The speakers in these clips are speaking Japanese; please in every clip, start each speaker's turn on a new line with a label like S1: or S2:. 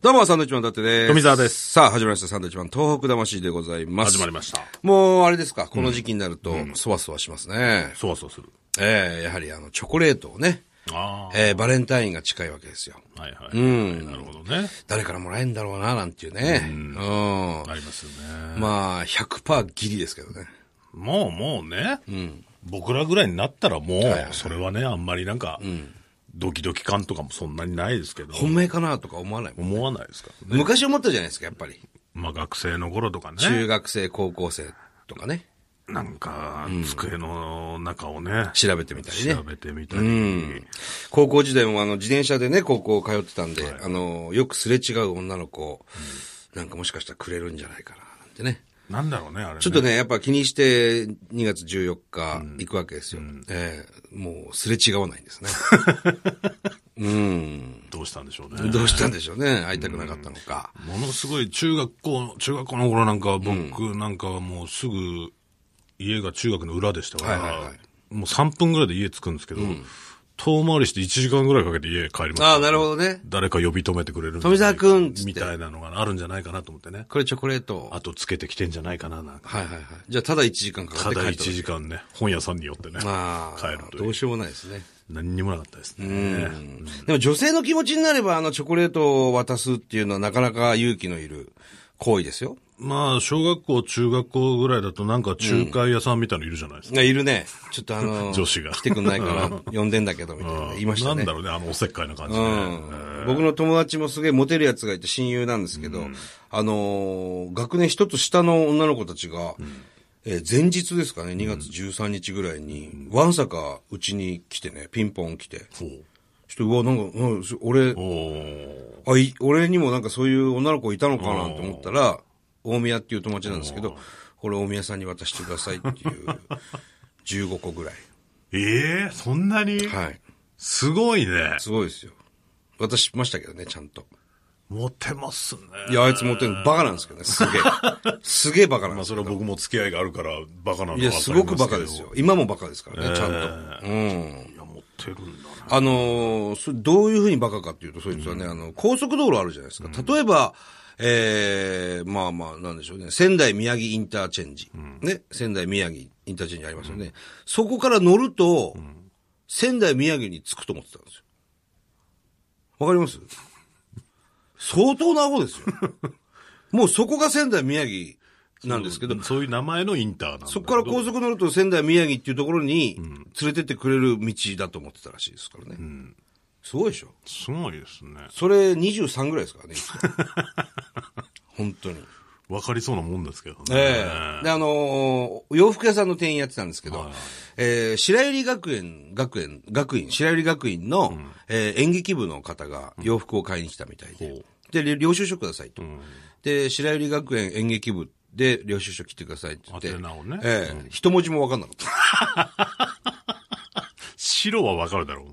S1: どうも、サンドイッチマンだってです。
S2: 富澤です。
S1: さあ、始まりました。サンドイッチマン、東北魂でございます。
S2: 始まりました。
S1: もう、あれですか、この時期になると、そわそわしますね。
S2: そわそわする。
S1: ええやはり、あの、チョコレートをね、
S2: あ
S1: ええバレンタインが近いわけですよ。
S2: あ、はいはい。うん。なるほどね。
S1: 誰からもらえんだろうな、なんていうね。うん。
S2: ありますよね。
S1: まあ、100%ギリですけどね。
S2: もうもうね、僕らぐらいになったらもう、それはね、あんまりなんか、ドキドキ感とかもそんなにないですけど、
S1: 本命かなとか思わないもん。
S2: 思わないですからね。
S1: 昔思ったじゃないですか、やっぱり。
S2: まあ学生の頃とかね、
S1: 中学生、高校生とかね。
S2: なんか、机の中をね、
S1: 調べてみたりね
S2: 調べてみたり。
S1: 高校時代もあの自転車でね、高校通ってたんで、あの、よくすれ違う女の子、なんかもしかしたらくれるんじゃないかな、なんてね。
S2: なんだろうね、あれね。
S1: ちょっとね、やっぱ気にして2月14日行くわけですよ。ええもうすれ違わないん ですね。うん。
S2: どうしたんでしょうね。
S1: どうしたんでしょうね。会いたくなかったのか。
S2: ものすごい中学校、中学校の頃なんか、僕なんかはもうすぐ、家が中学の裏でしたか
S1: は
S2: ら、
S1: いはいはい
S2: もう3分ぐらいで家着くんですけど、遠回りして1時間ぐらいかけて家帰りました、
S1: ああ、なるほどね。
S2: 誰か呼び止めてくれるんじゃ
S1: 富
S2: な
S1: 澤
S2: い
S1: 君っつって
S2: みたいなのがあるんじゃないかなと思ってね。
S1: これチョコレート。
S2: あとつけてきてんじゃないかななんか。
S1: はいはいはい。じゃあただ1時間かか
S2: た
S1: って
S2: だ
S1: 帰
S2: 1
S1: った。
S2: 時間ね、本屋さんに寄ってね、
S1: ま
S2: 帰る
S1: あ、
S2: と
S1: ど
S2: いうう。
S1: しようもないですね。
S2: 何にもなかったですね。
S1: でも女性の気持ちになれば、あの、チョコレートを渡すっていうのはなかなか勇気のいる行為ですよ。
S2: まあ、小学校、中学校ぐらいだとなんか仲介屋さんみたいのいるじゃないですか。
S1: いやいるね。ちょっとあの、
S2: 女子が
S1: 来てくんないかな、呼んでんだけど、みたいな。言いました
S2: な
S1: ね
S2: んだ。ろうね、あのおせっかいな感じ
S1: う
S2: ね。
S1: ん、僕の友達もすげえモテるやつがいて親友なんですけど、あのー学年一つ下の女の子たちが、えー前日ですかね、2月13日ぐらいに、わんさかうちに来てね、ピンポン来て、
S2: ほう
S1: ちょっと、うわ、なんか、うん、す俺、
S2: お
S1: あ、い、俺にもなんかそういう女の子いたのかなと思ったら、大宮っていう友達なんですけど、これ大宮さんに渡してくださいっていう、15個ぐらい。
S2: ええそんなに、
S1: はい。
S2: すごいね。
S1: すごいですよ。渡しましたけどね、ちゃんと。
S2: モテますね。
S1: いや、あいつ持ってるのバカなんですけどね、すげえ。 すげえバカなんで
S2: まあ、
S1: す
S2: それは僕も付き合いがあるから、バカなのはい
S1: や、すごくバカです
S2: わ
S1: よ
S2: か。
S1: 今もバカですからね、ちゃんと。うん。
S2: りますけど。いや、モテるんだね。
S1: あのーそどういうふうにバカかっていうと、そいつはね、あの、高速道路あるじゃないですか。例えば、ええまあまあ、なんでしょうね。仙台宮城インターチェンジ。ね。仙台宮城インターチェンジありますよね。そこから乗ると、仙台宮城に着くと思ってたんですよ。わかります相当なアホですよ。もうそこが仙台宮城なんですけど、
S2: そういう名前のインターなんだけど
S1: そこから高速乗ると仙台宮城っていうところに連れてってくれる道だと思ってたらしいですからね。すごいでしょ
S2: すごいですね。
S1: それ23ぐらいですからね。い つか本当に。
S2: わかりそうなもんですけどね。
S1: ええで、あのー洋服屋さんの店員やってたんですけど、えー白百合学園、学園、学院、白百合学院の、えー演劇部の方が洋服を買いに来たみたいで、で、り領収書くださいと。で、白百合学園演劇部で領収書来てくださいって言って、
S2: 宛名をね
S1: ええ一文字もわかんなかった。
S2: 白はわかるだろ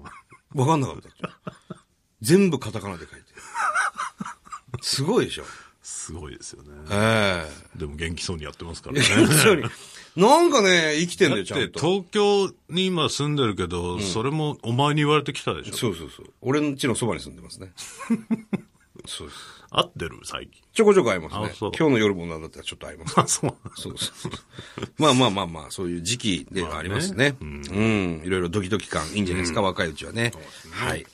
S2: う。
S1: わかんなかったって。全部カタカナで書いて。すごいでしょ。
S2: すごいですよね。
S1: え
S2: でも元気そうにやってますから
S1: え
S2: ね。
S1: に。なんかね、生きてんだよ、ちゃ
S2: で
S1: ん、と。
S2: 東京に今住んでるけど、それもお前に言われてきたでしょ。
S1: そうそうそう。俺の家のそばに住んでますね。そうです。
S2: 合ってる最近。
S1: ちょこちょこ会います
S2: あ
S1: ね。
S2: そう
S1: 今日の夜もなんだったらちょっと会います。
S2: あ、そう
S1: そうそうそう。まあまあまあまあ、そういう時期ではありますね。うん。いろいろドキドキ感いいんじゃないですか、若いうちはね。はい。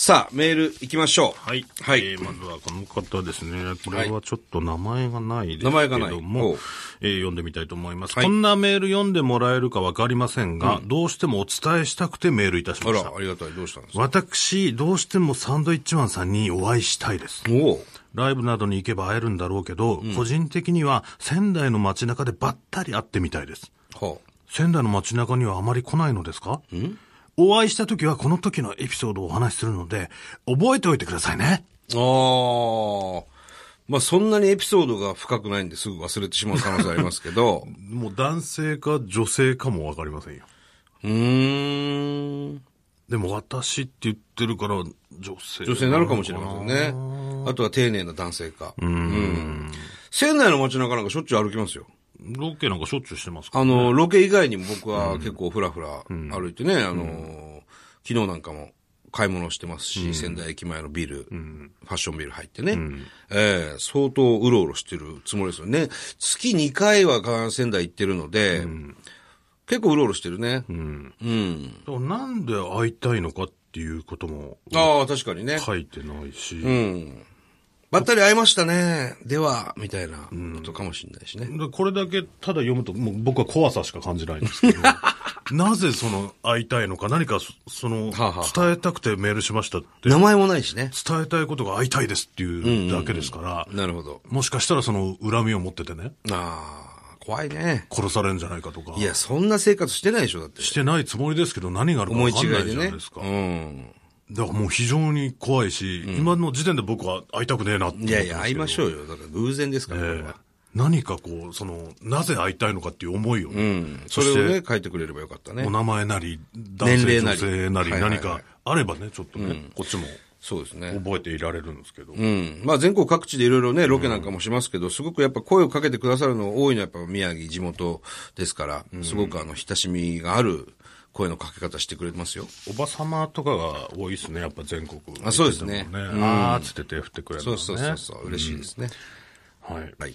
S1: さあ、メール行きましょう。
S2: はい。
S1: はい。
S2: えーまずはこの方ですね。これはちょっと名前がないですけども、
S1: はい名前がないほう
S2: えー読んでみたいと思います。
S1: はい
S2: こんなメール読んでもらえるかわかりませんが、どうしてもお伝えしたくてメールいたし
S1: あ
S2: ました
S1: ら、。ありがたい。どうしたんですか
S2: 私、どうしてもサンドイッチマンさんにお会いしたいです。
S1: おお。
S2: ライブなどに行けば会えるんだろうけど、個人的には仙台の街中でばったり会ってみたいです。
S1: はあ。
S2: 仙台の街中にはあまり来ないのですかお会いした時はこの時のエピソードをお話しするので、覚えておいてくださいね。
S1: ああ。まあそんなにエピソードが深くないんですぐ忘れてしまう可能性ありますけ ど。
S2: もう男性か女性かもわかりませんよ。
S1: うーん。
S2: でも私って言ってるから女性。
S1: 女性になるかもしれませんね。あとは丁寧な男性か。うん。仙台の街中なんかしょっちゅう歩きますよ。
S2: ロケなんかしょっちゅうしてますか
S1: あの、ロケ以外にも僕は結構ふらふら歩いてね、あの、昨日なんかも、買い物してますし、仙台駅前のビル、ファッションビル入ってね、えー相当うろうろしてるつもりですよね。月2回はか仙台行ってるので、結構うろうろしてるね。うん。
S2: でもなんで会いたいのかっていうことも
S1: ああ、確かにね。
S2: 書いてないし、
S1: うん。ばったり会いましたね。では、みたいなことかもしれないしね。
S2: でこれだけただ読むと、もう僕は怖さしか感じないんですけ ど、なぜその会いたいのか、何かそその、
S1: はあはあ
S2: 伝えたくてメールしましたって、
S1: 名前もないしね。
S2: 伝えたいことが会いたいですっていうだけですから、
S1: なるほど。
S2: もしかしたらその恨みを持っててね、
S1: ああ、怖いね。
S2: 殺されるんじゃないかとか、
S1: いや、そんな生活してないでしょ、だって。
S2: してないつもりですけど、何があるか
S1: 思
S2: 分
S1: い
S2: か
S1: 違
S2: んないい
S1: で
S2: じゃない
S1: ね
S2: です。か。
S1: うん。
S2: だからもう非常に怖いし、今の時点で僕は会いたくねえなって思ってますけど
S1: いやいや、会いましょうよ。だから偶然ですから、これ
S2: ええ
S1: は
S2: 何かこう、その、なぜ会いたいのかっていう思いを、
S1: うん。それをね、書いてくれればよかったね
S2: お。名前なり、男
S1: 年
S2: 性
S1: 齢なり
S2: 女性なり、
S1: はいはいはい
S2: 何かあればね、ちょっとね、こっちも
S1: そうですね。
S2: 覚えていられるんですけど。
S1: うん。まあ全国各地でいろいろね、ロケなんかもしますけど、すごくやっぱ声をかけてくださるの多いのはやっぱ宮城地元ですから、すごくあの、親しみがある声のかけ方してくれてますよ。
S2: おばさまとかが多いですね、やっぱ全国。
S1: あそうですね
S2: あーっつって手振ってくれるの
S1: そ
S2: ね。
S1: うそうそうそう、嬉しいですね。
S2: はい。
S1: はい。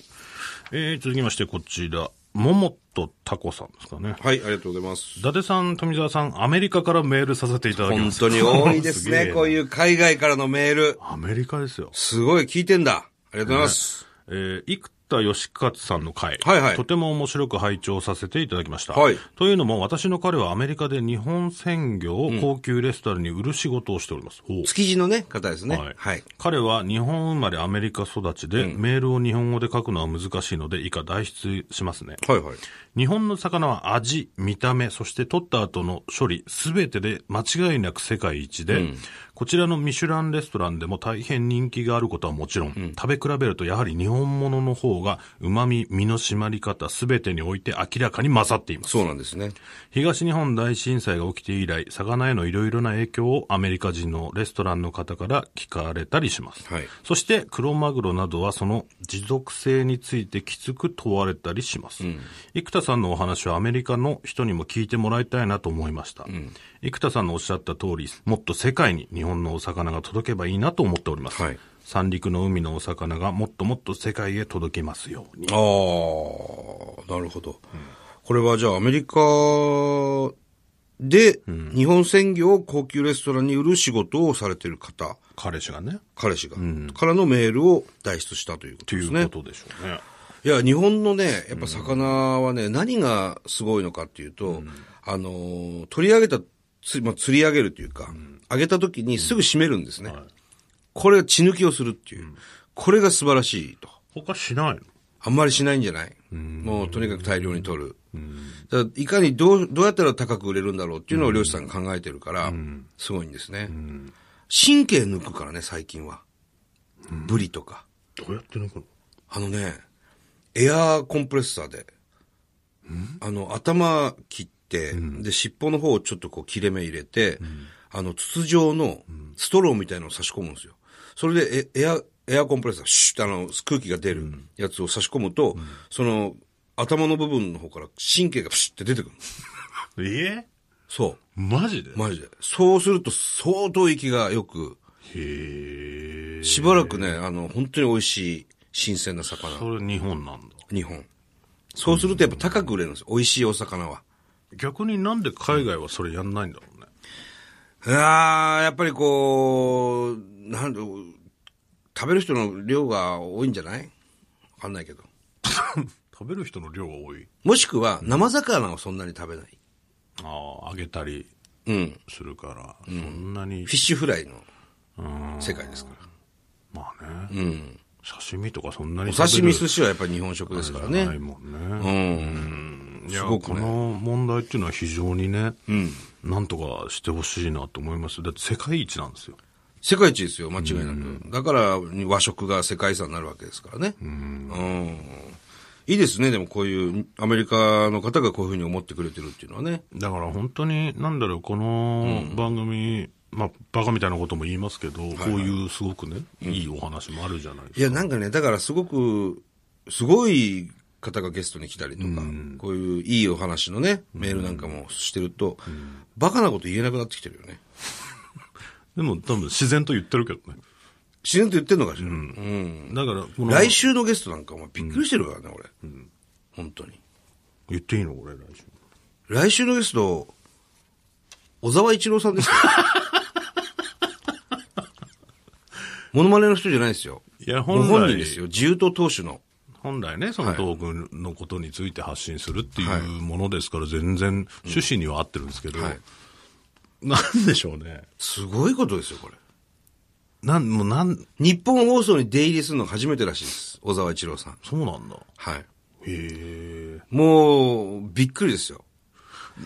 S2: えー、続きましてこちら、ももとたこさんですかね。
S1: はい、ありがとうございます。
S2: 伊達さん、富澤さん、アメリカからメールさせていただきま
S1: 本
S2: す。
S1: 当に多いです
S2: げえ
S1: ね、
S2: な
S1: こういう海外からのメール。
S2: アメリカですよ。
S1: すごい聞いてんだ。ありがとうございます。
S2: えー、生田義勝さんの回、
S1: はいはい
S2: とても面白く拝聴させていただきました。
S1: はい
S2: というのも、私の彼はアメリカで日本鮮魚を高級レストランに売る仕事をしております。ほう
S1: 築地のね、方ですね。
S2: はい
S1: はい。
S2: 彼は日本生まれアメリカ育ちで、メールを日本語で書くのは難しいので、以下代筆しますね。
S1: はいはい。
S2: 日本の魚は味、見た目、そして取った後の処理、すべてで間違いなく世界一で、こちらのミシュランレストランでも大変人気があることはもちろん、食べ比べるとやはり日本物の方が旨味、身の締まり方、すべてにおいて明らかに勝っています。
S1: そうなんですね。
S2: 東日本大震災が起きて以来、魚へのいろいろな影響をアメリカ人のレストランの方から聞かれたりします。
S1: はい
S2: そして、クロマグロなどはその持続性についてきつく問われたりします。生田さんのお話はアメリカの人にも聞いてもらいたいなと思いました。生田さんのおっしゃった通り、もっと世界に日本のお魚が届けばいいなと思っております。
S1: はい
S2: 三陸の海のお魚がもっともっと世界へ届きますように。
S1: ああ、なるほど。これはじゃあアメリカで日本鮮魚を高級レストランに売る仕事をされてる方、
S2: 彼氏がね。
S1: 彼氏が、からのメールを代筆したということ
S2: と
S1: で
S2: い
S1: す
S2: う
S1: ね
S2: こ。とでしょうね。
S1: いや、日本のね、やっぱ魚はね、何がすごいのかっていうと、あのー、取り上げた、つまあ、釣り上げるというか、上げた時にすぐ締めるんですね。これ、血抜きをするっていう。これが素晴らしいと。
S2: 他しないの
S1: あんまりしないんじゃないもうとにかく大量に取る。だからいかにどう、どうやったら高く売れるんだろうっていうのを漁師さんが考えてるから、すごいんですね。神経抜くからね、最近は。ブリとか。
S2: どうやって抜くの
S1: あのね、エアーコンプレッサーで、あの、頭切って、で、尻尾の方をちょっとこう切れ目入れて、あの、筒状のストローみたいのを差し込むんですよ。それでエエア、エアーコンプレッサー、シュッてあの、空気が出るやつを差し込むと、その、頭の部分の方から神経がプシュって出てくる。
S2: え
S1: そ
S2: マジで
S1: う。マジで。そうすると相当息がよく、
S2: へえ。
S1: しばらくね、あの、本当に美味しい、新鮮な魚。
S2: それ日本なんだ。
S1: 日本。そうするとやっぱ高く売れるんですよ。美味しいお魚は。
S2: 逆になんで海外はそれやんないんだろうね。
S1: あーやっぱりこう、なんだ食べる人の量が多いんじゃないわかんないけど。
S2: 食べる人の量が多い。
S1: もしくは生魚をそんなに食べない。
S2: ああ、揚げたり
S1: うん。
S2: するから、そんなに
S1: フィッ、シュフライの
S2: うん、
S1: 世界ですから。
S2: まあ
S1: う
S2: ね、
S1: ん。
S2: 刺身とかそんなに
S1: お刺身寿
S2: す
S1: 司はやっぱり日本食ですからね
S2: ない。も
S1: う
S2: んね。
S1: ん。
S2: いや
S1: すごく
S2: こ
S1: ね
S2: の問題っていうのは非常にね、なんとかしてほしいなと思います。だって世界一なんですよ。
S1: 世界一ですよ、間違いなく。だから和食が世界遺産になるわけですからね。うん。いいですね、でもこういうアメリカの方がこういうふうに思ってくれてるっていうのはね。
S2: だから本当に、なんだろう、この番組、まあ、バカみたいなことも言いますけど、こういうすごくね、いいお話もあるじゃないです
S1: いや、なんかね、だからすごく、すごい方がゲストに来たりとか、こういういいお話のね、メールなんかもしてると、バカなこと言えなくなってきてるよね。
S2: でも多分自然と言ってるけどね。
S1: 自然と言ってんのかしら。
S2: だから、この、
S1: 来週のゲストなんか、お前びっくりしてるからね、俺。本当に。
S2: 言っていいの俺来週。
S1: 来週のゲスト、小沢一郎さんですよ。 モノマネの人じゃないですよ。
S2: いや
S1: ご
S2: 本来
S1: 本人ですよ。自由党党首の。
S2: 本来ね、その東軍のことについて発信するっていうものですから、全然趣旨には合ってるんですけど、
S1: はい
S2: なんでしょうね。
S1: すごいことですよ、これ。
S2: なん、もうなん、
S1: 日本放送に出入りするの初めてらしいです。小沢一郎さん。
S2: そうなんだ。
S1: はい。
S2: へえ。
S1: もう、びっくりですよ。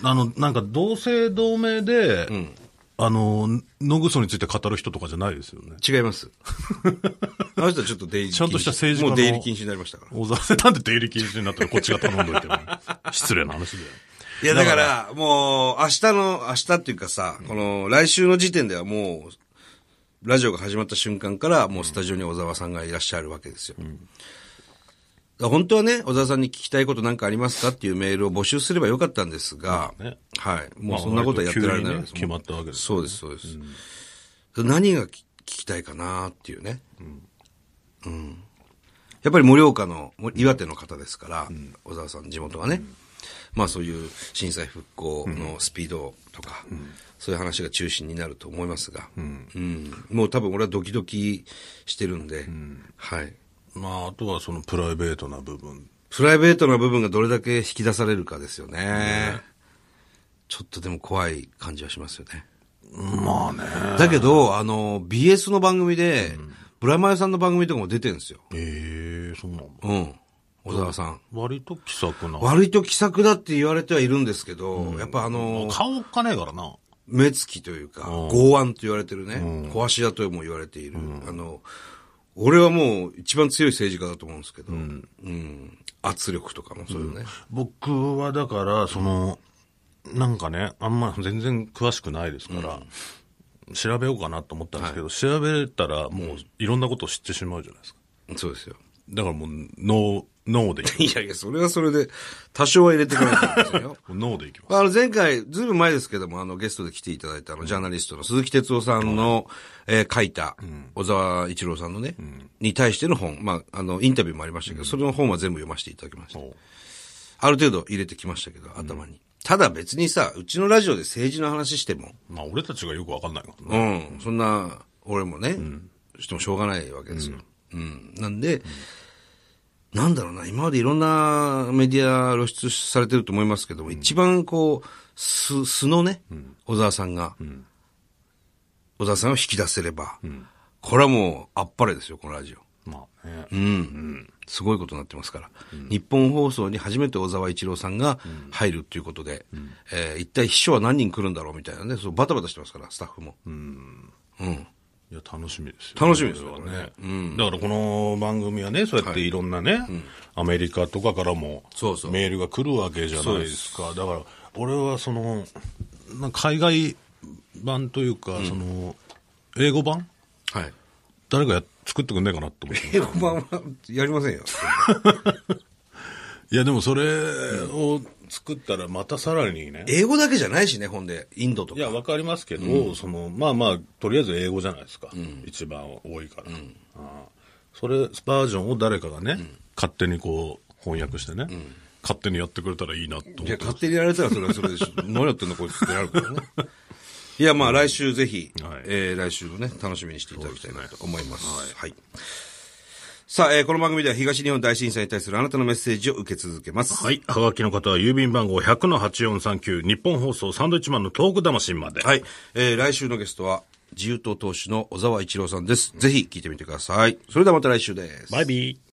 S2: あの、なんか同姓同名で、あの、野グソについて語る人とかじゃないですよね。
S1: 違い ます。あの人はちょっと出入り禁止。
S2: ちゃんとした政治家の
S1: もう出入り禁止になりましたから。
S2: 小沢さん、なんで出入り禁止になったらこっちが頼んどいてるの 失礼な話だよ。
S1: いや、だから、もう、明日の、明日っていうかさ、この、来週の時点ではもう、ラジオが始まった瞬間から、もうスタジオに小沢さんがいらっしゃるわけですよ。だから本当はね、小沢さんに聞きたいことなんかありますかっていうメールを募集すればよかったんですが、
S2: ね
S1: はい。も
S2: ま
S1: う
S2: あ
S1: そんなことはやってられないで
S2: 割と
S1: す。
S2: 急にね決まったわけです
S1: そうです、そうです。何が聞聞きたいかなっていうね。うん。やっぱり盛岡の、も岩手の方ですから、小沢さん地元はね。まあそういう震災復興のスピードとか、そういう話が中心になると思いますが、うんもう多分俺はドキドキしてるんで、はい。
S2: まあ、あとはそのプライベートな部分。
S1: プライベートな部分がどれだけ引き出されるかですよね。ちょっとでも怖い感じはしますよね。
S2: まあね。
S1: だけど、あの、BS の番組で、ブラマヨさんの番組とかも出てるんですよ。
S2: ええそうなんだ。
S1: うん。小沢さん。
S2: 割と気さくな。
S1: 悪いと気さくだって言われてはいるんですけど、やっぱあの、
S2: 顔おっかねえからな。
S1: 目つきというか、剛腕と言われてるね、壊し屋とも言われている、あの、俺はもう一番強い政治家だと思うんですけど、うん。圧力とかもそういうね。
S2: 僕はだから、その、なんかね、あんま全然詳しくないですから、調べようかなと思ったんですけど、調べたらもういろんなことを知ってしまうじゃないですか。
S1: そうですよ。
S2: だからもう、脳、脳でいき
S1: いやいや、それはそれで、多少は入れていかないといけませんよ。
S2: ます。脳でいきます。
S1: あの、前回、ずいぶん前ですけども、あの、ゲストで来ていただいた、あの、ジャーナリストの鈴木哲夫さんの、えー書いた、小沢一郎さんのね、に対しての本、まあ、あの、インタビューもありましたけど、それの本は全部読ませていただきました。
S2: そう
S1: ある程度入れてきましたけど、頭に。ただ別にさ、うちのラジオで政治の話しても、
S2: まあ俺たちがよくわかんないからね。
S1: うん、そんな、俺もね、してもしょうがないわけですよ。うん。なんで、なんだろうな、今までいろんなメディア露出されてると思いますけども、一番こう、素素のね、小沢さんが、小沢さんを引き出せれば、これはもう、あっぱれですよ、このラジオ。
S2: まあね。
S1: うん。すごいことになってますから。日本放送に初めて小沢一郎さんが入るっていうことで、えー一体秘書は何人来るんだろうみたいなね、そうバタバタしてますから、スタッフも。うん。
S2: いや、楽しみですよ。
S1: 楽しみですよ
S2: これ
S1: これ
S2: はね。だからこの番組はね、そうやっていろんなね、アメリカとかからも
S1: そうそう
S2: メールが来るわけじゃないですか。だから、俺はその、なんか海外版というか、その、英語版
S1: はい。
S2: 誰かや作ってくんないかなって思って。
S1: 英語版はやりませんよ。
S2: いや、でもそれを作ったらまたさらにね。
S1: 英語だけじゃないしね、ほんで。インドと
S2: いや、
S1: か。
S2: わかりますけど、その、まあまあ、とりあえず英語じゃないですか。一番多いから。ああそれ、バージョンを誰かがね、勝手にこう、翻訳してね、勝手にやってくれたらいいなと
S1: い
S2: 思っ
S1: や、
S2: てま
S1: 勝
S2: す。
S1: 手にやられたらそれはそれでし ょ。何やってんのこいつってなる からね。いや、まあ来週ぜひ、
S2: はい
S1: えー来週のね、楽しみにしていただきたいなと思います。はい。さあ、えーこの番組では東日本大震災に対するあなたのメッセージを受け続けます。
S2: はい。はがきの方は郵便番号100-8439、日本放送サンドイッチマンのトーク魂まで。
S1: はい。えー来週のゲストは、自由党党首の小沢一郎さんです。ぜひ聞いてみてください。それではまた来週です。
S2: バイビー。